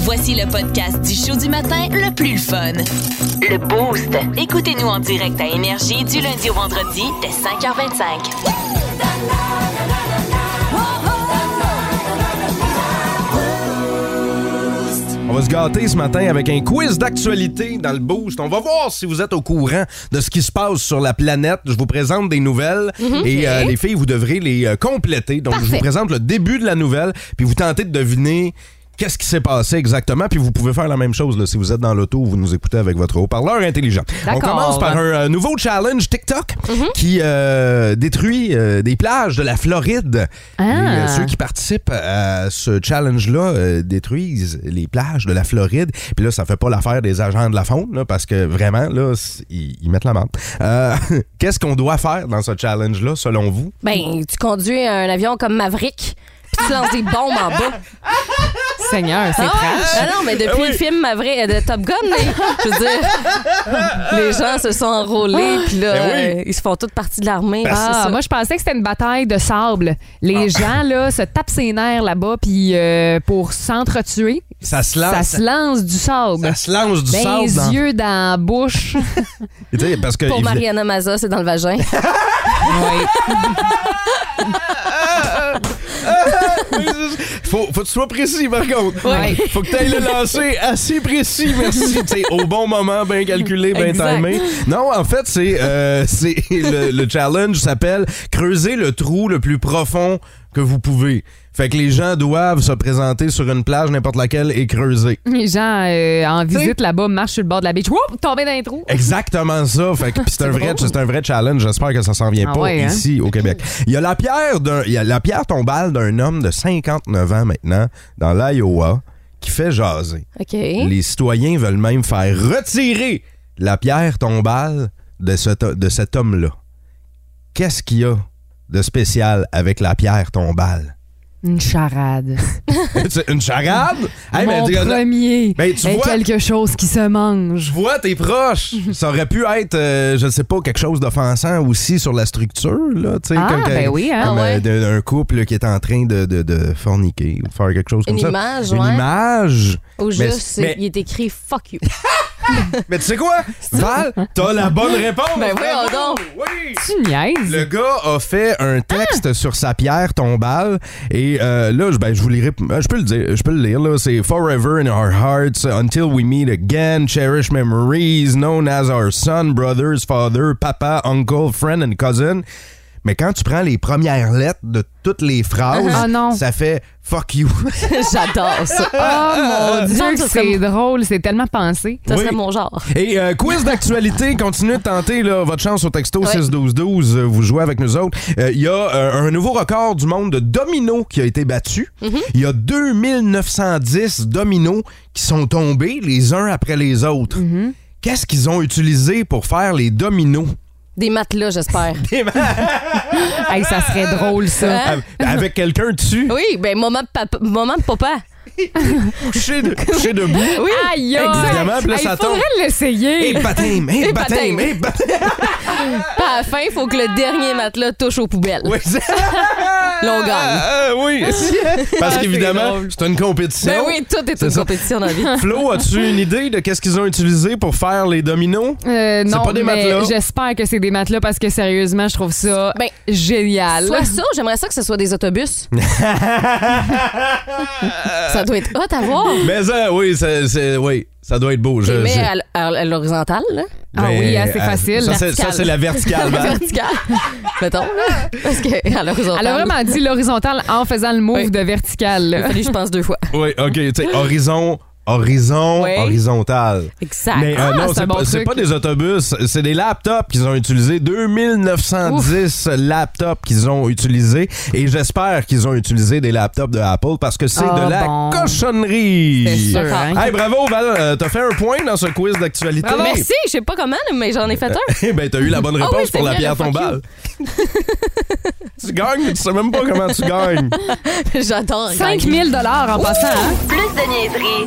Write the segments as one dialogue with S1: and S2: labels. S1: Voici le podcast du show du matin le plus le fun. Le Boost. Écoutez-nous en direct à Énergie du lundi au vendredi dès 5h25.
S2: On va se gâter ce matin avec un quiz d'actualité dans le boost. On va voir si vous êtes au courant de ce qui se passe sur la planète. Je vous présente des nouvelles et euh, les filles, vous devrez les euh, compléter. Donc, je vous
S3: Mhm. Parfait.
S2: présente le début de la nouvelle, puis vous tentez de deviner qu'est-ce qui s'est passé exactement. Puis vous pouvez faire la même chose là, si vous êtes dans l'auto ou vous nous écoutez avec votre haut-parleur intelligent. On
S3: D'accord.
S4: Oh,
S2: commence par un euh, nouveau challenge TikTok
S4: Mm-hmm.
S2: qui euh, détruit euh, des plages de la Floride.
S3: Ah.
S2: Et, euh, ceux qui participent à ce challenge-là euh, détruisent les plages de la Floride. Puis là, ça fait pas l'affaire des agents de la faune, là, parce que vraiment, là, c- ils, ils mettent la merde. Euh, Qu'est-ce qu'on doit faire dans ce challenge-là, selon vous?
S3: Ben, tu conduis un avion comme Maverick, puis tu lances des bombes en bas.
S4: Seigneur, c'est
S3: Ah ouais?
S4: trash.
S3: Ah non, mais depuis le film Maverick euh, de Top Gun, les- je veux dire, les gens se sont enrôlés, puis là,
S2: Ben oui. Ben,
S3: euh, ils se font toute partie de l'armée.
S4: Ah,
S3: c'est ça.
S4: moi, je pensais que c'était une bataille de sable. Les
S2: Ah.
S4: gens, là, se tapent ses nerfs là-bas, puis euh, pour s'entretuer,
S2: Ah, Ça se lance.
S4: ça se lance du sable.
S2: ça se lance du
S4: Ben,
S2: sable
S4: les
S2: dans-
S4: yeux dans la bouche.
S2: Tu sais, parce que
S3: Pour
S2: évi-
S3: Mariana Maza, c'est dans le vagin.
S2: faut, faut que tu sois précis, par contre.
S4: Ouais.
S2: Faut que tu ailles le lancer assez précis, merci. Tu sais, au bon moment, bien calculé, bien
S4: Exact.
S2: timé. Non, en fait, c'est euh, c'est- le, le challenge s'appelle creuser le trou le plus profond que vous pouvez. Fait que les gens doivent se présenter sur une plage n'importe laquelle et creuser.
S4: les gens euh, en
S2: sais-
S4: visite là-bas marchent sur le bord de la beach. Whoop, tombé dans les trous.
S2: Exactement ça. Fait que puis c'est un vrai,
S4: drôle.
S2: c'est un vrai challenge. J'espère que ça s'en vient
S4: Ah
S2: pas
S4: ouais, hein?
S2: ici au Québec. Il y a la pierre d'un, il y a la pierre tombale d'un homme de 59 ans maintenant dans l'Iowa qui fait jaser.
S3: OK.
S4: Hein?
S2: Les citoyens veulent même faire retirer la pierre tombale de, cet- de cet homme-là. Qu'est-ce qu'il y a de spécial avec la pierre tombale?
S4: Une charade.
S2: C'est une charade? Hey, mais
S4: Mon
S2: dis-
S4: premier
S2: Ben, tu
S4: est
S2: vois-
S4: quelque chose qui se mange.
S2: je vois tes proches. Ça aurait pu être, euh, je sais pas, quelque chose d'offensant aussi sur la structure, là, tu sais,
S4: Ah,
S2: comme que-
S4: ben oui, hein,
S2: comme,
S3: ouais.
S2: euh, d'un- d'un couple qui est en train de, de- de forniquer ou faire quelque chose comme
S3: Une
S2: ça.
S3: image,
S2: Une
S3: ouais.
S2: image.
S3: Ou
S2: Mais-
S3: juste, c'est-
S2: mais-
S3: il est écrit « fuck you
S2: Mais tu sais quoi, Val, t'as la bonne réponse.
S3: Ben voyons
S2: Bravo!
S3: donc.
S2: Oui.
S4: Tu niaises.
S2: Le gars a fait un texte sur sa pierre tombale et euh, là, je, ben, je vous lirai. ben, Je peux le dire, je peux le lire. là. C'est Forever in our hearts, until we meet again, cherish memories, known as our son, brothers, father, papa, uncle, friend and cousin. Mais quand tu prends les premières lettres de toutes les phrases,
S4: Ah non.
S2: ça fait fuck you. ».
S3: J'adore ça.
S2: Ah,
S4: Oh mon
S3: Ça,
S4: Dieu,
S3: ça
S4: que
S3: serait-
S4: c'est drôle, c'est tellement pensé.
S3: Ça
S2: Oui.
S3: serait mon genre.
S2: Et euh, quiz d'actualité, continuez de tenter là, votre chance au texto
S3: Ouais.
S2: 6-12-12. euh, Vous jouez avec nous autres. Euh, Il y a euh, un nouveau record du monde de dominos qui a été battu. Il
S3: Mhm.
S2: y a 2910 dominos qui sont tombés les uns après les autres.
S3: Mhm.
S2: Qu'est-ce qu'ils ont utilisé pour faire les dominos?
S3: Des matelas, j'espère.
S4: Hey, ça serait drôle, ça.
S3: Hein?
S2: Avec quelqu'un dessus,
S3: Oui, ben maman, papa, maman, papa.
S2: couché, de- couché debout.
S4: Oui, aïe, aïe.
S2: Évidemment, puis là,
S4: Hey,
S2: ça
S4: faudrait
S2: tombe. Eh,
S4: l'essayer.
S2: Et baptême, et
S3: Et
S2: baptême,
S3: baptême.
S2: et baptême.
S3: Pas à la fin, il faut que le dernier matelas touche aux poubelles.
S2: Oui, c'est-
S3: Là, on gagne.
S2: Ah, oui, parce
S4: Ah, c'est
S2: qu'évidemment,
S4: drôle.
S2: c'est une compétition.
S3: Ben oui, tout est
S2: C'est
S3: une
S2: ça.
S3: compétition dans la vie.
S2: Flo, as-tu une idée de qu'est-ce qu'ils ont utilisé pour faire les dominos?
S4: Euh,
S2: C'est
S4: non,
S2: pas des
S4: mais
S2: matelas.
S4: j'espère que c'est des matelas parce que sérieusement, je trouve ça
S3: Ben,
S4: génial.
S3: Soit ça, ou j'aimerais ça que ce soit des autobus. ça doit être hot à voir.
S2: Mais ça, oui, ça, c'est- oui, ça doit être beau. Je-
S3: Mais
S2: je-
S3: à, l- à l- à l'horizontale, là.
S4: Ah
S2: ben,
S4: oui, hein, c'est
S2: euh,
S4: facile.
S2: Ça, c'est- ça, c'est la verticale. hein?
S3: Verticale. Mettons, là. Parce que à l'horizontale.
S4: Elle a vraiment dit l'horizontal en faisant le move
S3: Oui.
S4: de vertical.
S3: Il a
S4: là.
S3: fallu, je pense, deux fois.
S2: oui, OK, tu sais, horizon, horizon,
S3: Oui.
S2: horizontal.
S3: Exact.
S2: Mais euh,
S4: Ah,
S2: non,
S4: c'est
S2: c'est
S4: un bon
S2: pas, c'est
S4: truc.
S2: pas des autobus, c'est des laptops qu'ils ont utilisés. 2910 laptops qu'ils ont utilisés. Et j'espère qu'ils ont utilisé des laptops de Apple parce que c'est
S4: Ah,
S2: de la
S4: bon.
S2: cochonnerie.
S4: C'est sûr,
S3: D'accord.
S4: hein.
S2: Hey, bravo, Val. euh, T'as fait un point dans ce quiz d'actualité.
S4: Bravo.
S3: Ah, Merci, je sais pas comment, là, mais j'en ai fait un.
S2: Eh ben, t'as eu la bonne
S3: Ah
S2: réponse
S3: oui, c'est
S2: pour la
S3: vrai,
S2: pierre
S3: le fuck
S2: tombale. tu gagnes, mais tu sais même pas comment tu gagnes.
S3: J'adore.
S4: 5000 dollars en passant. hein.
S1: Plus de niaiserie,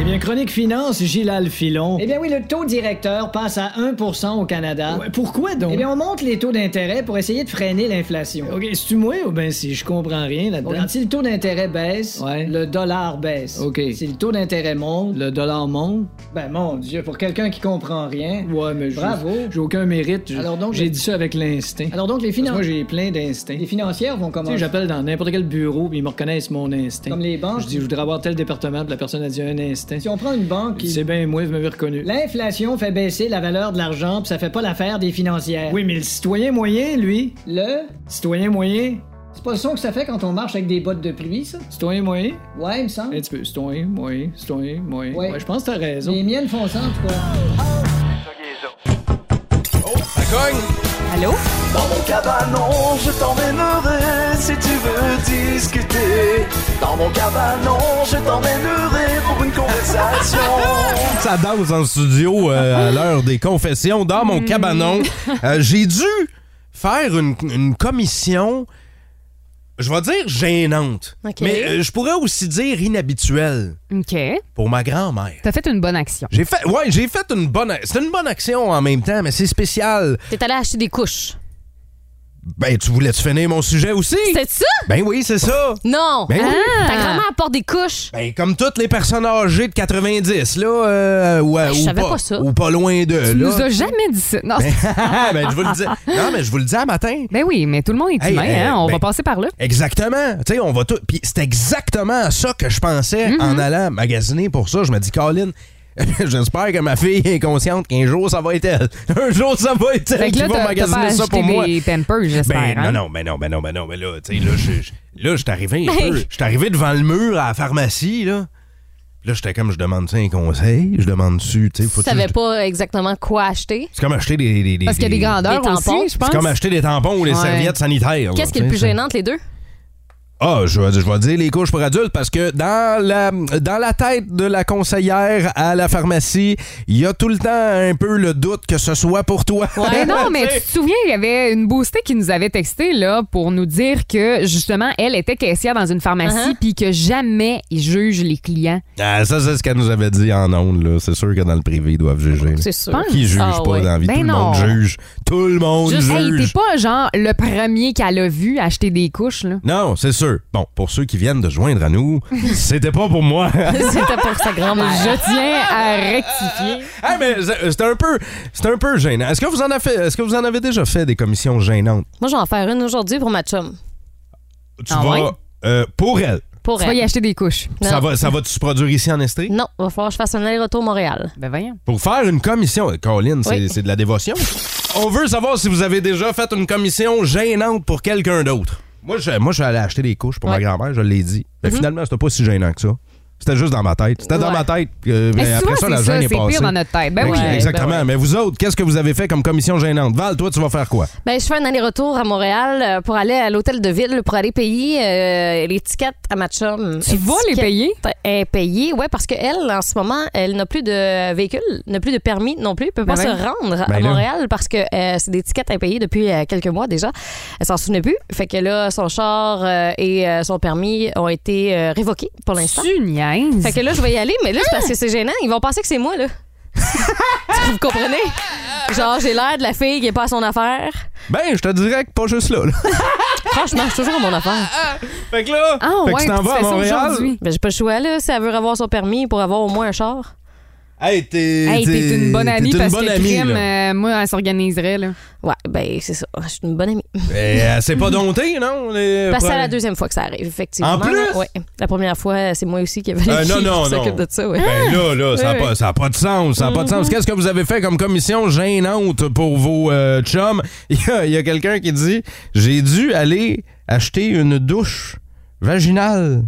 S5: Eh bien, chronique finance, Gilal Filon.
S6: Eh bien oui, le taux directeur passe à 1 au Canada.
S5: Ouais, pourquoi donc?
S6: Eh bien, on monte les taux d'intérêt pour essayer de freiner l'inflation.
S5: OK, c'est-tu moi ou ben si je comprends rien là-dedans?
S6: Donc, si le taux d'intérêt baisse,
S5: Ouais.
S6: le dollar baisse.
S5: OK.
S6: Si le taux d'intérêt monte,
S5: Le dollar monte?
S6: ben mon Dieu, pour quelqu'un qui comprend rien.
S5: Ouais, mais j'ai-
S6: Bravo.
S5: J'ai aucun mérite. J'ai-
S6: Alors donc,
S5: j'ai
S6: les-
S5: dit ça avec l'instinct.
S6: Alors donc les
S5: Parce que moi,
S6: financières,
S5: j'ai plein d'instincts.
S6: les
S5: Tu
S6: financières vont
S5: sais,
S6: commencer
S5: j'appelle dans n'importe quel bureau, puis ils me reconnaissent mon instinct.
S6: comme les banques.
S5: Je dis, je voudrais avoir tel département, puis la personne a dit un instinct.
S6: Si on prend une banque qui
S5: C'est bien moi, vous m'avez reconnu.
S6: L'inflation fait baisser la valeur de l'argent, puis ça fait pas l'affaire des financières.
S5: Oui, mais le citoyen moyen, lui.
S6: Le,
S5: Citoyen moyen.
S6: c'est pas le son que ça fait quand on marche avec des bottes de pluie, ça?
S5: Citoyen moyen.
S6: Ouais, il me semble.
S5: Un petit peu. Citoyen moyen. Citoyen moyen.
S6: Ouais.
S5: Ouais, je pense que t'as raison.
S6: Les miennes font ça, en tout cas.
S2: Ça cogne!
S3: Allô?
S7: Dans mon cabanon, je t'emmènerai si tu veux discuter. Dans mon cabanon, je t'emmènerai pour une conversation.
S2: Ça danse en studio euh, à l'heure des confessions dans
S3: Mm.
S2: mon cabanon. Euh, J'ai dû faire une, une commission, je vais dire gênante,
S3: Ok.
S2: mais euh, je pourrais aussi dire inhabituelle
S4: OK.
S2: pour ma grand-mère.
S4: T'as fait une bonne action.
S2: J'ai fait, ouais, j'ai fait une bonne, c'est une bonne action en même temps, mais c'est spécial.
S3: T'es allé acheter des couches.
S2: Ben, tu voulais tu finir mon sujet aussi
S3: C'était ça?
S2: Ben oui, c'est ça.
S3: Non!
S2: Ben oui.
S4: Ah.
S3: Ta grand-mère apporte des couches.
S2: Ben, comme toutes les personnes âgées de 90, là, euh, ouais,
S4: Ah,
S3: Ben, je
S2: ou,
S3: savais pas ça.
S2: ou pas loin d'eux, là.
S4: Tu nous as jamais dit ça. Non, c'est-
S2: ben, je vous le dis. Non, mais je vous le dis à matin.
S4: ben oui, mais tout le monde est
S2: Hey,
S4: humain,
S2: hey,
S4: hein? On
S2: ben-
S4: va passer par là.
S2: Exactement. Tu sais, on va tout. Puis c'est exactement à ça que je pensais
S4: Mm-hmm.
S2: en allant magasiner pour ça. Je me dis, Colin. J'espère que ma fille est consciente qu'un jour ça va être elle. Un jour ça va être elle
S4: Fait que
S2: qui
S4: là,
S2: va
S4: t'as- t'as pas
S2: magasiner ça pour moi.
S4: acheté des Pampers, j'espère.
S2: Ben
S4: hein?
S2: non, non, ben non, ben non, ben non, ben là, tu sais, là, je, je- là, je suis arrivé un
S4: Ben,
S2: peu. Je suis arrivé devant le mur à la pharmacie, là. Puis Là, j'étais comme, je demande-tu un conseil? Je demande-tu, tu sais,
S3: Tu
S2: faut-tu-
S3: savais pas exactement quoi acheter.
S2: C'est comme acheter des. des- des-
S4: Parce qu'il y a des grandeurs
S3: Des tampons.
S4: aussi, je pense.
S2: C'est comme acheter des tampons ou des
S4: Ouais.
S2: serviettes sanitaires. là,
S3: Qu'est-ce qui est
S2: tu
S3: le
S2: sais,
S3: plus
S2: c'est-
S3: gênant entre les deux?
S2: Ah, je, vais- je vais dire les couches pour adultes parce que dans la, dans la tête de la conseillère à la pharmacie, il y a tout le temps un peu le doute que ce soit pour toi.
S4: Ben non, mais tu te souviens, il y avait une boostée qui nous avait texté là pour nous dire que justement, elle était caissière dans une pharmacie
S3: Uh-huh.
S4: puis que jamais ils jugent les clients.
S2: Ah, ça, c'est ce qu'elle nous avait dit en ondes. là. C'est sûr que dans le privé, ils doivent juger. là.
S3: C'est sûr.
S4: Pense-
S2: Qui juge
S3: Ah,
S2: pas
S3: ouais.
S2: dans la vie?
S4: Ben
S2: tout
S4: non.
S2: le monde juge. Tout le monde
S4: Juste, hey,
S2: juge.
S4: t'es pas genre le premier qu'elle a vu acheter des couches là.
S2: Non, c'est sûr. Bon, pour ceux qui viennent de se joindre à nous, c'était pas pour moi.
S3: C'était pour sa grand-mère.
S4: Je tiens à rectifier.
S2: Ah, mais c'est- c'est un peu, c'est un peu gênant. Est-ce que vous en avez, fait- est-ce que vous en avez déjà fait des commissions gênantes?
S3: Moi, je vais en faire une aujourd'hui pour ma chum.
S2: Tu
S4: Ah
S2: vas
S4: ouais?
S2: euh, pour elle.
S3: Pour
S4: Tu vas y
S3: elle.
S4: acheter des couches.
S3: Non.
S2: Ça va, ça va se produire ici en Estrie?
S3: Non, va falloir que je fasse un aller-retour Montréal.
S4: Ben voyons.
S2: Pour faire une commission, Colin, c'est
S3: Oui.
S2: c'est de la dévotion. On veut savoir si vous avez déjà fait une commission gênante pour quelqu'un d'autre. Moi, je, moi, je suis allé acheter des couches pour ma
S3: Ouais.
S2: grand-mère, je l'ai dit.
S4: Mm-hmm.
S2: Mais finalement, c'était pas si gênant que ça. C'était juste dans ma tête. C'était dans
S3: Ouais.
S2: ma tête. euh, mais
S4: Mais
S2: après ça,
S4: souvent,
S2: la
S4: Eh, c'est
S2: gêne
S4: ça,
S2: est
S4: c'est
S2: passée.
S4: pire dans notre tête. Ben
S2: Ex-
S4: oui.
S2: Exactement.
S3: ben ouais.
S2: Mais vous autres, qu'est-ce que vous avez fait comme commission gênante? Val, toi, tu vas faire quoi?
S3: Ben, je fais un aller-retour à Montréal euh, pour aller à l'hôtel de ville, pour aller payer euh, les tickets à ma chum.
S4: Tu vas les
S3: Étiquette
S4: payer?
S3: est payée, ouais, parce qu'elle, en ce moment, elle n'a plus de véhicule, n'a plus de permis non plus, peut pas
S4: Ben
S3: se
S4: ouais.
S3: rendre
S2: Ben
S3: à
S2: là.
S3: Montréal parce que euh, c'est des tickets impayés depuis euh, quelques mois déjà. Elle s'en souvenait plus. Fait que là, son char euh, et euh, son permis ont été euh, révoqués pour l'instant.
S4: Tu niaises.
S3: Fait que là, je vais y aller, mais là, c'est parce que c'est gênant. Ils vont penser que c'est moi, là. Vous comprenez? Genre, j'ai l'air de la fille qui est pas à son affaire.
S2: Ben, je te dirais que pas juste là. là.
S3: Franchement, je suis toujours à mon affaire.
S2: fait que là,
S4: Ah
S2: fait que
S4: ouais,
S2: tu t'en
S4: tu
S2: vas à
S4: fais ça
S2: Montréal.
S4: aujourd'hui.
S3: Ben, j'ai pas le choix, là, si elle veut avoir son permis pour avoir au moins un char.
S2: Hey, t'es
S4: Hey, t'es une bonne
S2: t'es
S4: amie
S2: une
S4: parce
S2: bonne
S4: que
S2: amie,
S4: crime,
S2: là.
S4: euh, moi, elle s'organiserait là.
S3: Ouais, ben, c'est ça. Je suis une bonne amie.
S2: Eh, elle s'est pas domptée, non? les-
S3: Parce que c'est la deuxième fois que ça arrive, effectivement.
S2: En plus?
S3: Ouais. La première fois, c'est moi aussi qui avais
S2: Euh,
S3: l'équipe
S2: non, non,
S3: qui s'occupe
S2: non.
S3: de ça, ouais.
S2: Ben là, là, ça n'a
S3: Ah! Oui,
S2: pas,
S3: oui. Mm-hmm.
S2: ça a pas de sens. Ça a pas de sens. Qu'est-ce que vous avez fait comme commission gênante pour vos euh, chums? Il y a, il y a quelqu'un qui dit J'ai dû aller acheter une douche vaginale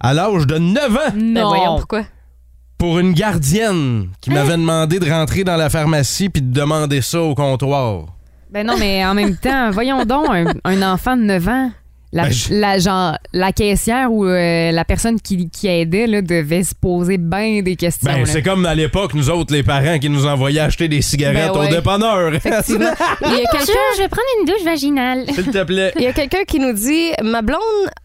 S2: à l'âge de 9 ans
S3: Ben, voyons pourquoi.
S2: pour une gardienne
S3: Hein?
S2: qui m'avait demandé de rentrer dans la pharmacie puis de demander ça au comptoir.
S4: Ben non, mais en même temps, voyons donc, un, un enfant de 9 ans. La,
S2: Ben, je-
S4: la, genre, la caissière ou euh, la personne qui, qui aidait là, devait se poser bien des questions.
S2: Ben,
S4: là.
S2: c'est comme à l'époque, nous autres, les parents qui nous envoyaient acheter des cigarettes
S3: Ben
S2: au
S3: ouais.
S2: dépanneur.
S3: Effectivement. Il y a quelqu'un
S4: je vais prendre une douche vaginale.
S2: S'il te plaît.
S3: Il y a quelqu'un qui nous dit Ma blonde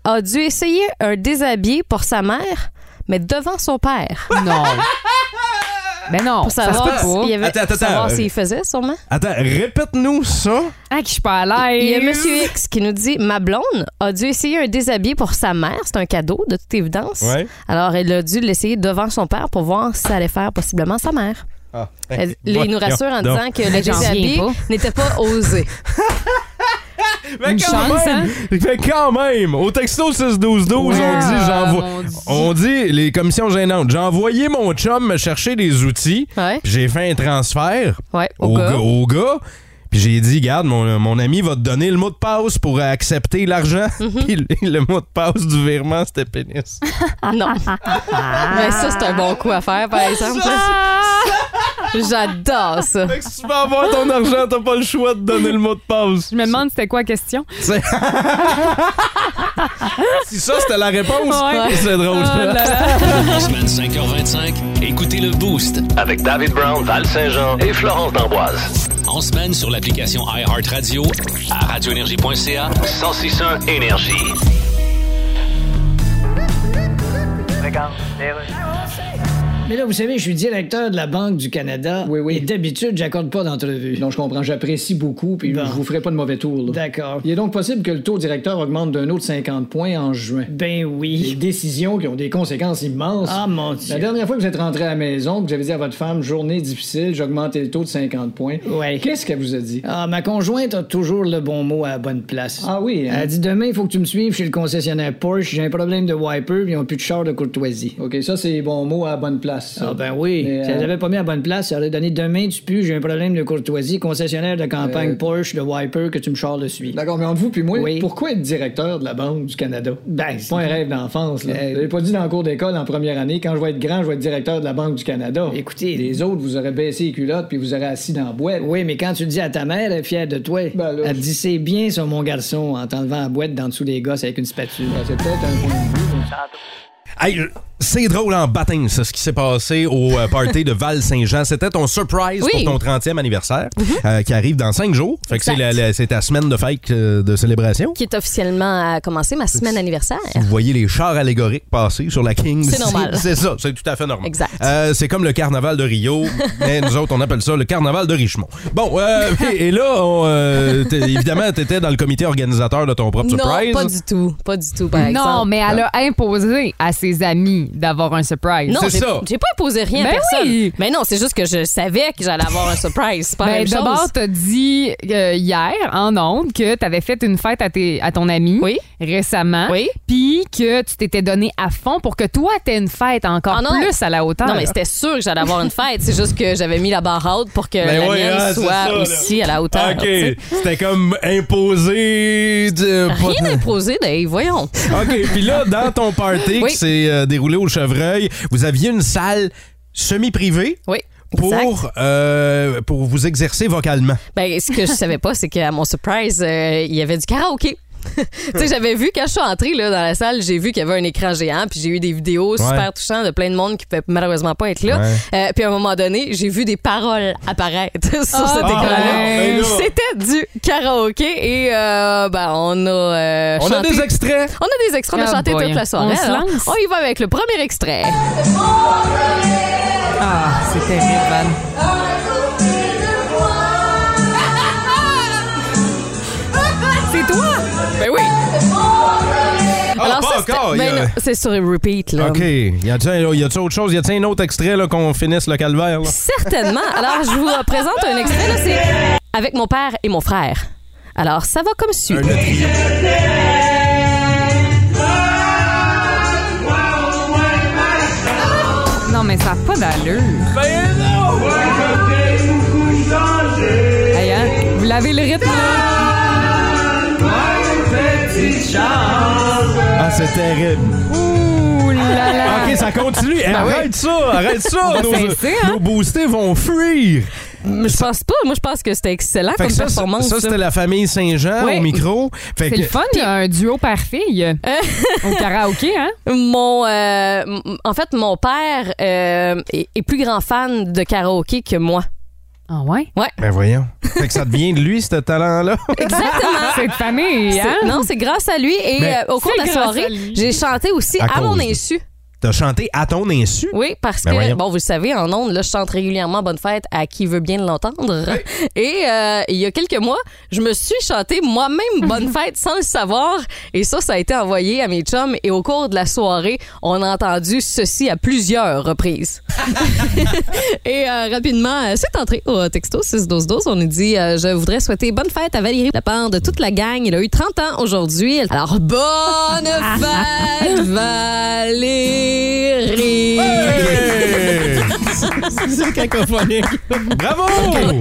S3: a dû essayer un déshabillé pour sa mère, mais devant son père.
S4: Non. Ben non,
S3: Pour
S4: ça se
S3: savoir
S4: peut pas.
S3: s'il y avait-
S2: Attends, attends,
S3: pour savoir
S2: attends.
S3: s'il faisait, sûrement.
S2: Attends, répète-nous ça.
S4: Ah, que je suis pas à l'aise.
S3: Il y a Monsieur X qui nous dit Ma blonde a dû essayer un déshabillé pour sa mère. C'est un cadeau, de toute évidence.
S2: Ouais.
S3: Alors, elle a dû l'essayer devant son père pour voir si ça allait faire possiblement sa mère.
S2: Ah.
S3: Elle, il Euh, nous rassure en
S2: Donc.
S3: disant que le
S4: J'en
S3: déshabillé
S4: reviens pas.
S3: n'était pas osé.
S2: Mais
S4: Une
S2: quand
S4: chance,
S2: même,
S4: hein?
S2: mais quand même, au texto 6 12 12, on
S4: Ah,
S2: dit j'envoie
S4: mon Dieu.
S2: on dit les commissions gênantes, j'ai envoyé mon chum me chercher des outils,
S3: Ouais.
S2: puis j'ai fait un transfert
S3: Ouais, au
S2: au,
S3: gars.
S2: gars, au gars, puis j'ai dit garde mon, mon ami va te donner le mot de passe pour accepter l'argent.
S4: Mhm.
S2: Puis le, le mot de passe du virement c'était pénis.
S3: Ah, Non.
S4: Ah.
S3: Mais ça, c'est un bon coup à faire, par exemple. J'adore ça.
S2: fait que si tu veux avoir ton argent, t'as pas le choix de donner le mot de passe.
S4: Je me demande c'était quoi la question.
S2: C'est- si ça c'était la réponse,
S4: Ouais.
S2: c'est drôle.
S4: Oh là là.
S8: En semaine 5h25, écoutez le Boost.
S7: Avec David Brown, Val Saint-Jean et Florence D'Amboise.
S8: En semaine sur l'application iHeartRadio à radioénergie.ca.
S7: 1061 Énergie.
S6: Mais là, vous savez, je suis directeur de la Banque du Canada.
S5: Oui, oui.
S6: Et d'habitude, j'accorde pas d'entrevue.
S5: Non, je comprends, j'apprécie beaucoup, puis
S6: Bon.
S5: je vous ferai pas de mauvais tour. là.
S6: D'accord.
S5: Il est donc possible que le taux directeur augmente d'un autre 50 points en juin.
S6: Ben
S5: Des
S6: oui.
S5: décisions qui ont des conséquences immenses.
S6: Ah mon
S5: la
S6: Dieu.
S5: dernière fois que vous êtes rentré à la maison, que j'avais dit à votre femme, journée difficile, j'ai augmenté le taux de 50 points.
S6: Ouais.
S5: Qu'est-ce qu'elle vous a dit?
S6: Ah, ma conjointe a toujours le bon mot à la bonne place.
S5: Ah oui, hein?
S6: Elle dit demain, il faut que tu me suives chez le concessionnaire Porsche. J'ai un problème de wiper, puis ils ont plus de char de courtoisie.
S5: OK, ça, c'est bon mot à la bonne place. ça.
S6: Ah ben oui,
S5: Mais,
S6: si elle
S5: euh,
S6: l'avait pas mis à bonne place, ça aurait donné demain tu pues, j'ai un problème de courtoisie, concessionnaire de campagne
S5: Euh,
S6: Porsche, de wiper que tu me charles dessus.
S5: D'accord, mais entre vous puis moi,
S6: Oui.
S5: pourquoi être directeur de la Banque du Canada?
S6: Ben,
S5: C'est pas un rêve d'enfance, là.
S6: Euh,
S5: Vous l'avez pas dit dans le cours d'école en première année, quand je vais être grand, je vais être directeur de la Banque du Canada.
S6: Écoutez-
S5: Les autres, vous aurez baissé les culottes puis vous aurez assis dans la boîte.
S6: Oui, mais quand tu dis à ta mère, elle est fière de toi.
S5: Ben là,
S6: elle te
S5: je-
S6: dit c'est bien sur mon garçon en t'enlevant la boîte d'en dessous des gosses avec une spatule.
S5: Ben, C'est peut-être un point de vue. mais-
S2: Hey, je- c'est drôle en baptême, c'est ce qui s'est passé au euh, party de Val-Saint-Jean. C'était ton surprise
S3: Oui. Mhm.
S2: pour ton 30e anniversaire euh, qui arrive dans 5 jours. Fait que c'est, la- la- c'est ta semaine de fête euh, de célébration.
S3: Qui est officiellement à commencer ma semaine anniversaire.
S2: Vous voyez les chars allégoriques passer sur la King.
S3: C'est normal.
S2: C'est ça, c'est tout à fait normal.
S3: Exact.
S2: Euh, c'est comme le carnaval de Rio, mais nous autres, on appelle ça le carnaval de Richemont. Bon, euh, et, et là, on, euh, t'es- évidemment, t'étais dans le comité organisateur de ton propre surprise.
S3: Non, pas du tout. Pas du tout, par exemple.
S4: Non, mais elle a imposé à ses amis d'avoir un surprise.
S3: Non,
S2: C'est
S3: j'ai
S2: ça.
S3: j'ai pas imposé rien à
S4: Ben
S3: personne.
S4: oui.
S3: Mais non, c'est juste que je savais que j'allais avoir un surprise. C'est pas la
S4: Ben,
S3: même chose.
S4: d'abord, t'as dit euh, hier en ondes que t'avais fait une fête à, tes- à ton ami
S3: Oui.
S4: récemment.
S3: Oui.
S4: Puis que tu t'étais donné à fond pour que toi, t'aies une fête encore
S3: Ah non.
S4: plus à la hauteur.
S3: Non, mais c'était sûr que j'allais avoir une fête. C'est juste que j'avais mis la barre haute pour que
S2: Ben
S3: la
S2: oui,
S3: mienne
S2: ah, c'est
S3: soit
S2: ça, là. Ah,
S3: aussi à la hauteur.
S2: OK,
S3: tu sais.
S2: c'était comme imposé. de-
S3: Rien d'imposé, Dave, voyons.
S2: OK, puis là, dans ton party
S3: Oui.
S2: qui s'est euh, déroulé au Chevreuil, vous aviez une salle semi-privée
S3: Oui. exact.
S2: pour, euh, pour vous exercer vocalement.
S3: Ben, ce que je savais pas, c'est qu'à mon surprise, euh, il y avait du karaoké. tu sais, j'avais vu quand je suis entrée là, dans la salle, j'ai vu qu'il y avait un écran géant, puis j'ai eu des vidéos super touchantes de plein de monde qui peut malheureusement pas être là.
S2: Ouais.
S3: Euh, puis à un moment donné, j'ai vu des paroles apparaître sur
S4: Ah,
S3: cet écran-là.
S2: ben là.
S3: C'était du karaoké et euh, ben, on a euh,
S2: On a
S3: chanté-
S2: des extraits.
S3: on a des extraits, on a
S4: Ah
S3: chanté
S4: boy.
S3: toute la soirée.
S4: On se
S3: alors.
S4: lance?
S3: on y va avec le premier extrait.
S4: Ah, c'est terrible, Van. C'est toi!
S3: Ben oui!
S2: Ah, pas
S3: c'était-
S2: encore, il y
S3: ben
S2: a-
S3: non, c'est sur repeat, là.
S2: OK, y a-t-il y a-t-il autre chose? Y a-t-il un autre extrait là, qu'on finisse le calvaire? là?
S3: Certainement. Alors, je vous présente un extrait. là, C'est avec mon père et mon frère. Alors, ça va comme suit.
S2: Un autre trio.
S4: Non, mais ça n'a pas d'allure. Hey, hein, Vous l'avez le rythme, là?
S2: Ah, c'est terrible.
S4: Ouh là là!
S2: OK, ça continue. Eh,
S3: Ben
S4: oui.
S2: arrête ça, arrête ça. nos,
S4: cesser, hein?
S2: nos boostés vont fuir.
S3: Je pense pas. Moi, je pense que c'était excellent
S2: Fait
S3: comme
S2: que ça, ça,
S3: performance.
S2: ça,
S3: là.
S2: c'était la famille Saint-Jean
S3: Oui.
S2: au micro. Fait
S4: C'est
S2: que-
S4: le fun, un duo père-fille au karaoké, hein?
S3: Mon, euh, m- en fait, mon père euh, est, est plus grand fan de karaoké que moi.
S4: Ah ouais?
S2: Ben voyons. Fait que ça devient de lui, ce talent-là.
S3: Exactement.
S4: C'est de famille, hein?
S3: C'est- Non, c'est grâce à lui. Et
S2: Mais-
S3: euh, au cours de
S4: C'est
S3: la
S4: grâce à
S3: soirée,
S4: lui.
S3: j'ai chanté aussi
S2: À
S3: à, mon
S2: cause de-
S3: insu.
S2: T'as chanté à ton insu.
S3: Oui, parce
S2: Ben
S3: que,
S2: voyons.
S3: bon, vous le savez, en ondes, là, je chante régulièrement Bonne fête à qui veut bien l'entendre. Et euh, il y a quelques mois, je me suis chanté moi-même Bonne fête sans le savoir. Et ça, ça a été envoyé à mes chums. Et au cours de la soirée, on a entendu ceci à plusieurs reprises. et euh, rapidement, euh, c'est entré au texto 61212. On nous dit euh, Je voudrais souhaiter bonne fête à Valérie de la part de toute la gang. Il a eu 30 ans aujourd'hui. Alors, bonne fête, Valérie!
S2: Hey!
S9: C'est cacophonique.
S2: Bravo!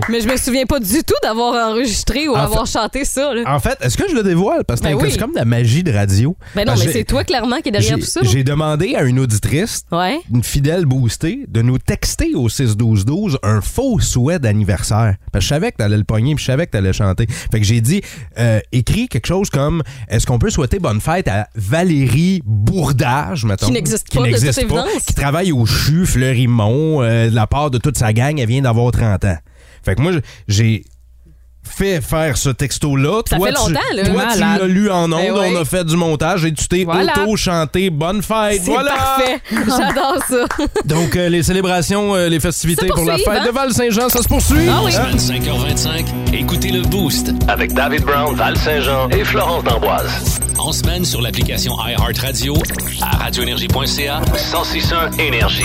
S3: Mais je me souviens pas du tout d'avoir enregistré ou
S2: En
S3: avoir chanté ça. là.
S2: En fait, est-ce que je le dévoile? Parce que
S3: Ben
S2: c'est
S3: oui.
S2: c'est comme de la magie de radio.
S3: Ben non,
S2: Parce que
S3: mais
S2: j'ai-
S3: c'est toi clairement qui est derrière
S2: j'ai-
S3: tout ça.
S2: J'ai demandé à une auditrice,
S3: Ouais.
S2: une fidèle boostée, de nous texter au 6-12-12 un faux souhait d'anniversaire. Parce que je savais que t'allais le pogner puis je savais que t'allais chanter. Fait que j'ai dit, euh, écris quelque chose comme Est-ce qu'on peut souhaiter bonne fête à Valérie Bourdage, mettons
S3: Qui n'existe
S2: qui
S3: pas, de
S2: n'existe
S3: toute
S2: pas,
S3: évidence.
S2: qui travaille au CHU Fleurimont, euh, de la part de toute sa gang, elle vient d'avoir 30 ans. Fait que moi, j'ai fait faire ce texto-là.
S3: Ça
S2: Toi,
S3: fait
S2: tu-
S3: longtemps, là.
S2: Toi, tu
S4: Malade.
S2: l'as lu en ondes,
S3: Eh oui.
S2: on a fait du montage et tu t'es
S4: Voilà.
S2: auto-chanté Bonne fête.
S3: C'est
S2: Voilà!
S3: parfait. J'adore ça.
S2: Donc, euh, les célébrations, euh, les festivités
S3: Ça
S2: pour la
S3: poursuit,
S2: fête
S3: hein?
S2: de Val-Saint-Jean, ça se poursuit. Hein?
S3: Ah oui.
S8: Semaine 5h25, écoutez le Boost.
S7: Avec David Brown, Val Saint-Jean et Florence D'Amboise.
S8: En semaine sur l'application iHeartRadio à radioénergie.ca.
S7: 1061 Énergie.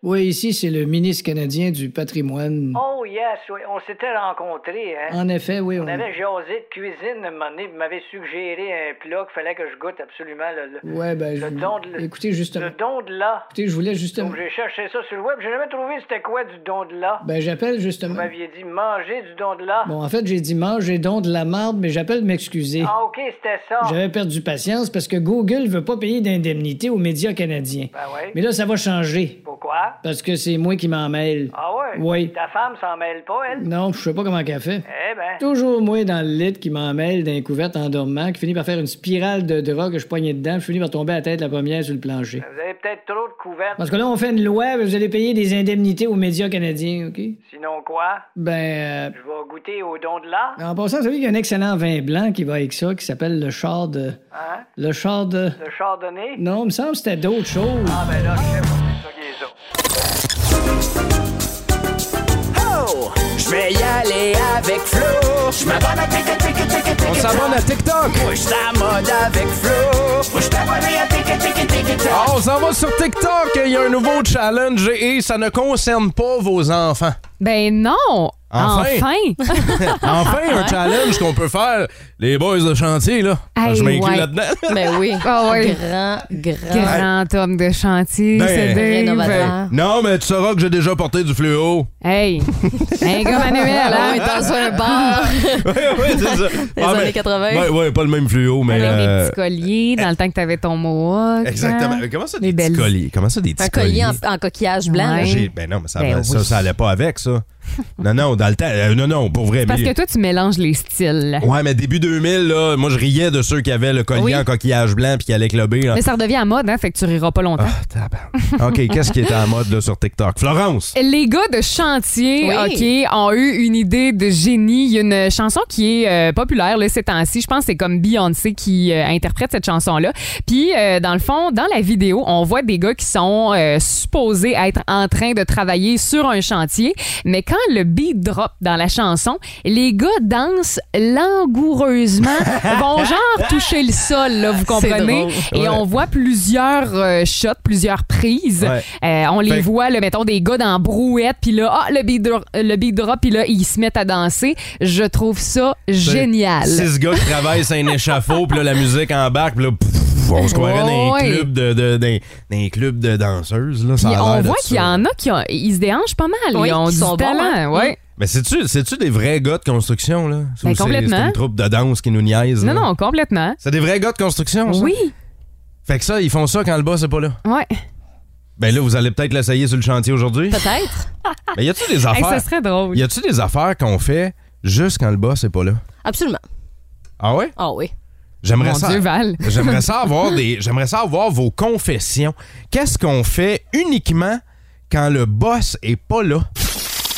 S6: Oui, ici, c'est le ministre canadien du patrimoine.
S10: Oh yes, oui, on s'était rencontrés, hein.
S6: En effet, oui. On...
S10: On avait jasé de cuisine un moment donné, puis m'avait suggéré un plat qu'il fallait que je goûte absolument. Le, le-
S6: Ouais, ben, je...
S10: Le don de-
S6: écoutez, justement.
S10: le don de là.
S6: Écoutez, je voulais justement.
S10: Donc j'ai cherché ça sur le web, j'ai jamais trouvé c'était quoi du don de là.
S6: Ben, j'appelle
S10: Vous
S6: justement.
S10: m'aviez dit manger du don de là.
S6: Bon, en fait, j'ai dit mange, j'ai don de la marde, mais j'appelle m'excuser.
S10: Ah ok, c'était ça.
S6: J'avais perdu patience parce que Google veut pas payer d'indemnité aux médias canadiens.
S10: Ben oui.
S6: Mais là, ça va changer.
S10: Pourquoi?
S6: Parce que c'est moi qui m'en mêle.
S10: Ah ouais?
S6: Oui.
S10: Ta femme s'en mêle pas, elle?
S6: Non, je sais pas comment qu'elle fait.
S10: Eh ben.
S6: Toujours moi dans le lit qui m'en mêle d'un couvert en dormant, qui finit par faire une spirale de drogue que je poignais dedans, puis je finis par tomber à la tête la première sur le plancher.
S10: Vous avez peut-être trop de couvertes.
S6: Parce que là, on fait une loi, vous allez payer des indemnités aux médias canadiens, OK?
S10: Sinon quoi?
S6: Ben, euh,
S10: Je vais goûter au don de là.
S6: en passant, vous savez qu'il y a un excellent vin blanc qui va avec ça, qui s'appelle le char de...
S10: Hein?
S6: Le char de...
S10: Le chardonnay?
S6: Non, il me semble que c'était d'autres choses.
S10: Ah ben là, je sais pas, c'est ça qui est ça.
S7: Oh! Je vais y aller avec Flo. Je m'abonne à tic tic tic tic tic
S2: On s'abonne à TikTok.
S7: Moi, je t'abonne avec Flo. Moi, je t'abonne à tic tic tic tic tic
S2: Ah, on s'en va sur TikTok. Il y a un nouveau challenge et ça ne concerne pas vos enfants.
S4: Ben non!
S2: Enfin. Enfin, un challenge qu'on peut faire. Les boys de chantier, là.
S4: Hey,
S2: je m'inclus
S4: ouais.
S2: là-dedans.
S3: Ben oui.
S4: Ah ouais.
S3: Grand, grand.
S4: Grand homme de chantier,
S2: Ben,
S4: c'est Dave.
S3: Rénovateur.
S2: Non, mais tu sauras que j'ai déjà porté du fluo.
S4: Hey! Un gars manuel,
S3: Ah, ouais,
S4: hein?
S3: dans un bar.
S2: oui, oui, c'est ça.
S3: Les années Ah 80.
S2: Oui, ouais, pas le même fluo, mais.
S4: Avec
S2: euh,
S4: des petits colliers, dans le temps que t'avais ton mohawk.
S2: Exactement.
S4: hein?
S2: Mais Comment ça,
S4: Les
S2: des petits
S4: belles-
S2: colliers? Comment ça, des
S3: Un
S2: petits
S3: collier
S2: colliers?
S3: en, en coquillage blanc.
S4: Ouais.
S3: là.
S2: J'ai- Ben non, mais ça,
S4: Ben
S2: va- ça,
S4: oui.
S2: ça allait pas avec, ça. non, non, dans le temps. euh, non, non, pour vrai.
S4: Parce
S2: mais-
S4: que toi, tu mélanges les styles.
S2: Ouais, mais début 2000, là, moi, je riais de ceux qui avaient le collier
S4: Oui.
S2: en coquillage blanc puis qui allaient clubber. là.
S4: Mais ça redevient à mode, hein? Fait que tu riras pas longtemps.
S2: Ah, tabarnak. OK, qu'est-ce qui était en mode là, sur TikTok? Florence!
S4: Les gars de chantier,
S3: Oui.
S4: OK, ont eu une idée de génie. Il y a une chanson qui est euh, populaire là, ces temps-ci. Je pense que c'est comme Beyoncé qui euh, interprète cette chanson-là. Puis, euh, dans le fond, dans la vidéo, on voit des gars qui sont euh, supposés être en train de travailler sur un chantier. Mais quand le beat drop dans la chanson, les gars dansent langoureusement, vont genre toucher le sol, là, vous comprenez?
S3: drôle.
S4: Et
S2: Ouais.
S4: on voit plusieurs euh, shots, plusieurs prises.
S2: Ouais.
S4: Euh, on les
S2: Fait-
S4: voit, là, mettons, des gars dans brouette, puis là, ah, le beat dro- le beat drop, puis là, ils se mettent à danser. Je trouve ça génial.
S2: Six gars qui travaillent sur un échafaud, puis là, la musique embarque, puis là, pff, on se croirait dans un
S4: Ouais.
S2: club de, de, dans- dans un club de danseuses. Là, ça
S4: Puis
S2: a l'air
S4: on
S2: de
S4: voit
S2: ça.
S4: qu'il y en a qui ont- ils se déhanchent pas mal.
S3: Oui,
S4: ils ont
S3: qui
S4: du
S3: sont bons, hein.
S4: talent, ouais.
S2: Mais c'est-tu, c'est-tu des vrais gars de construction, là?
S4: Ben,
S2: Ou c'est- C'est
S4: complètement.
S2: une troupe de danse qui nous niaise.
S4: Non,
S2: là?
S4: non, complètement.
S2: C'est des vrais gars de construction, ça?
S4: Oui,
S2: Fait que ça, ils font ça quand le boss est pas là.
S4: ouais.
S2: Ben là, vous allez peut-être l'essayer sur le chantier aujourd'hui.
S3: Peut-être.
S2: Mais y a-tu des
S4: Hey, ça
S2: affaires?
S4: serait drôle.
S2: Y a-tu des affaires qu'on fait juste quand le boss est pas là?
S3: Absolument.
S2: Ah ouais?
S3: Ah oui.
S2: J'aimerais
S4: Mon
S2: ça.
S4: Dieu, Val.
S2: J'aimerais ça avoir des. J'aimerais ça avoir vos confessions. Qu'est-ce qu'on fait uniquement quand le boss est pas là?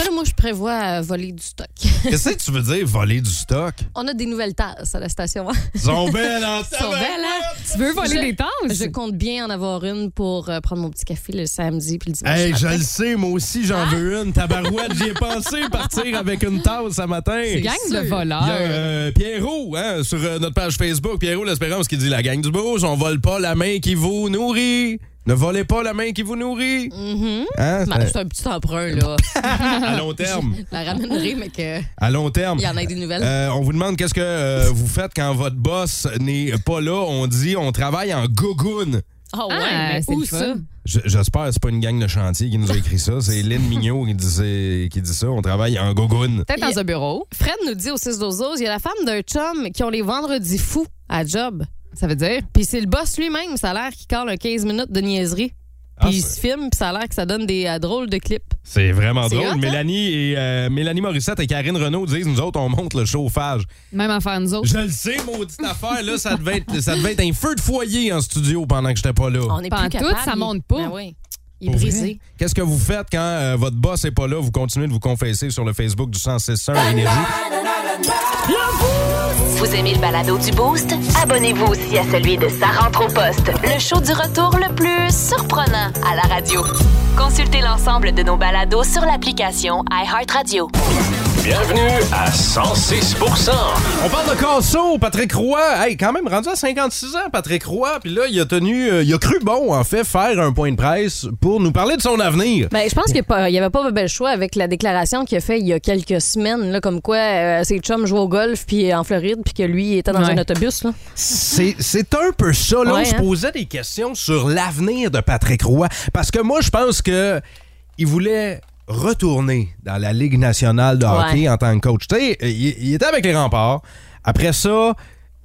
S3: ça, là, moi, je prévois euh, voler du stock.
S2: Qu'est-ce que tu veux dire, voler du stock?
S3: On a des nouvelles tasses à la station.
S2: Ils sont belles, hein?
S3: Ils sont belles, hein?
S4: Tu veux voler
S3: Je-
S4: des tasses?
S3: Je compte bien en avoir une pour euh, prendre mon petit café le samedi puis le dimanche.
S2: Hey, je
S3: matin.
S2: le sais, moi aussi, j'en veux une. Tabarouette, j'y ai pensé partir avec une tasse ce matin.
S4: Gang de voleurs.
S2: Il
S3: Ah,
S2: y a euh, Pierrot hein, sur euh, notre page Facebook, Pierrot l'Espérance qui dit La gang du Brousse, on vole pas la main qui vous nourrit. Ne volez pas la main qui vous nourrit.
S3: Mhm.
S2: Hein?
S3: Ben, C'est un petit emprunt, là.
S2: À long terme.
S3: Je la ramènerai, mais que.
S2: À long terme.
S3: Il y en a des nouvelles.
S2: Euh, on vous demande qu'est-ce que euh, vous faites quand votre boss n'est pas là. On dit on travaille en gogoune.
S3: Ah ouais,
S4: Ah,
S3: mais
S4: c'est
S3: où
S4: le fun.
S3: ça?
S2: J- J'espère que c'est pas une gang de chantier qui nous a écrit ça. C'est Lynn Mignot qui, disait, qui dit ça. On travaille en gogoune.
S4: Peut-être
S3: Il y
S4: dans
S3: a-
S4: un bureau.
S3: Fred nous dit au 6 12 il y a la femme d'un chum qui ont les vendredis fous à job.
S4: Ça veut dire?
S3: Puis c'est le boss lui-même, ça a l'air, qui colle un 15 minutes de niaiserie.
S2: Ah,
S3: Puis il
S2: c'est-
S3: se filme, puis ça a l'air que ça donne des euh, drôles de clips.
S2: C'est vraiment
S3: C'est
S2: drôle.
S3: hot, hein?
S2: Mélanie et euh, Mélanie Morissette et Karine Renaud disent nous autres on monte le chauffage.
S4: Même affaire,
S3: Oh.
S4: nous autres.
S2: Je le sais, maudite affaire là, ça devait être ça devait être un feu de foyer en studio pendant que j'étais pas là.
S3: On est
S4: Pas en
S3: plus
S4: tout,
S3: capable.
S4: ça
S3: il-
S4: monte pas.
S3: Ben oui. Il est
S2: Pour vrai?
S3: brisé.
S2: Qu'est-ce que vous faites quand euh, votre boss est pas là Vous continuez de vous confesser sur le Facebook du 1061 Énergie.
S1: Vous aimez le balado du Boost? Abonnez-vous aussi à celui de Sa rentre au poste, le show du retour le plus surprenant à la radio. Consultez l'ensemble de nos balados sur l'application iHeartRadio.
S8: Bienvenue à 106
S2: On parle de Casso, Patrick Roy. Hey, quand même rendu à 56 ans, Patrick Roy. Puis là, il a tenu, euh, il a cru bon en fait faire un point de presse pour nous parler de son avenir.
S3: Ben, je pense qu'il n'y avait pas bel choix avec la déclaration qu'il a fait il y a quelques semaines, là, comme quoi euh, ses chums jouent au golf puis euh, en Floride, puis que lui il était dans
S4: Ouais.
S3: un autobus. Là.
S2: C'est c'est un peu ça. Là, on
S3: Ouais,
S2: se
S3: hein.
S2: posait des questions sur l'avenir de Patrick Roy. Parce que moi, je pense que il voulait retourner dans la Ligue nationale de hockey
S3: Ouais.
S2: en tant que coach. Tu sais, il, il était avec les remparts. Après ça,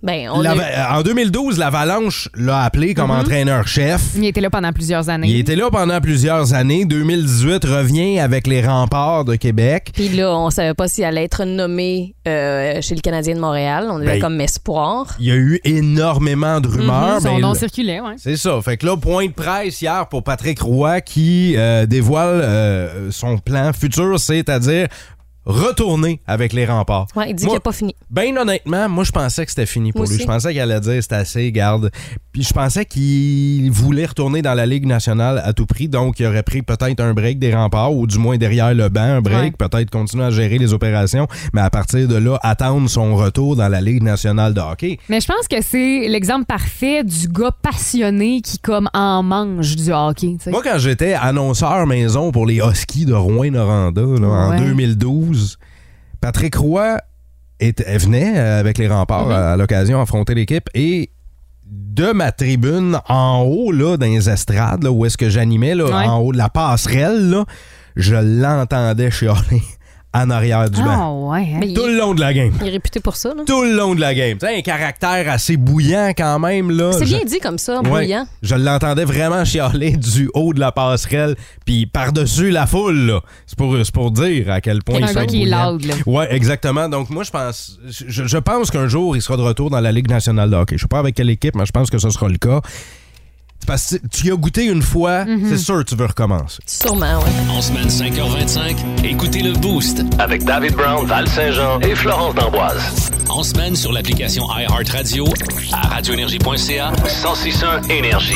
S3: Ben, on Mm-hmm.
S2: l'Ava- euh,
S3: a-
S2: en 2012, l'Avalanche l'a appelé comme entraîneur-chef.
S4: Il était là pendant plusieurs années.
S2: Il était là pendant plusieurs années. 2018 revient avec les remparts de Québec.
S3: Puis là, on savait pas s'il allait être nommé euh, chez le Canadien de Montréal. On avait
S2: Ben,
S3: comme espoir.
S2: Il y a eu énormément de rumeurs.
S3: Mm-hmm.
S4: Mhm, son
S2: mais
S4: nom
S2: le-
S4: circulait, ouais.
S2: C'est ça. Fait que là, point de presse hier pour Patrick Roy qui euh, dévoile euh, son plan futur, c'est-à-dire retourner avec les remparts.
S3: Ouais, il dit
S2: Moi-
S3: qu'il a pas fini.
S2: Ben honnêtement, moi je pensais que c'était fini pour
S3: Moi
S2: lui.
S3: aussi.
S2: Je pensais qu'il allait dire c'est assez, garde. Puis je pensais qu'il voulait retourner dans la Ligue nationale à tout prix, donc il aurait pris peut-être un break des remparts ou du moins derrière le banc un break, peut-être continuer à gérer les opérations, mais à partir de là attendre son retour dans la Ligue nationale de hockey.
S4: Mais je pense que c'est l'exemple parfait du gars passionné qui, comme, en mange du hockey. tu sais.
S2: Moi, quand j'étais annonceur maison pour les Huskies de Rouen-Noranda là, en
S4: Ouais.
S2: 2012, Patrick Roy était- venait euh, avec les remparts
S4: Mm-hmm.
S2: à, à l'occasion affronter l'équipe et de ma tribune en haut, là, dans les estrades, là, où est-ce que j'animais, là,
S4: Ouais.
S2: en haut de la passerelle, là, je l'entendais chialer en arrière du banc.
S4: Ah, ouais. hein.
S3: Mais il,
S2: Tout le long de la game.
S3: il est réputé pour ça. là.
S2: Tout le long de la game. Tu sais, un caractère assez bouillant quand même. Là.
S3: C'est
S2: Je-
S3: bien dit comme ça,
S2: Ouais.
S3: brillant.
S2: Je l'entendais vraiment chialer du haut de la passerelle, puis par-dessus la foule. là. C'est pour, c'est pour dire à quel point
S4: Quelqu'un
S2: il sont
S4: qui est
S2: bouillants.
S4: loud, là.
S2: Ouais, exactement. Donc moi, je pense, je, je pense qu'un jour, il sera de retour dans la Ligue nationale de hockey. Je sais pas avec quelle équipe, mais je pense que ce sera le cas. C'est Parce que tu y as goûté une fois,
S4: Mhm.
S2: c'est sûr que tu veux recommencer.
S3: Sûrement, ouais.
S8: En semaine 5h25, écoutez le Boost.
S7: Avec David Brown, Val Saint-Jean et Florence d'Amboise.
S8: En semaine sur l'application iHeartRadio, à radioénergie.ca.
S7: 1061 Énergie.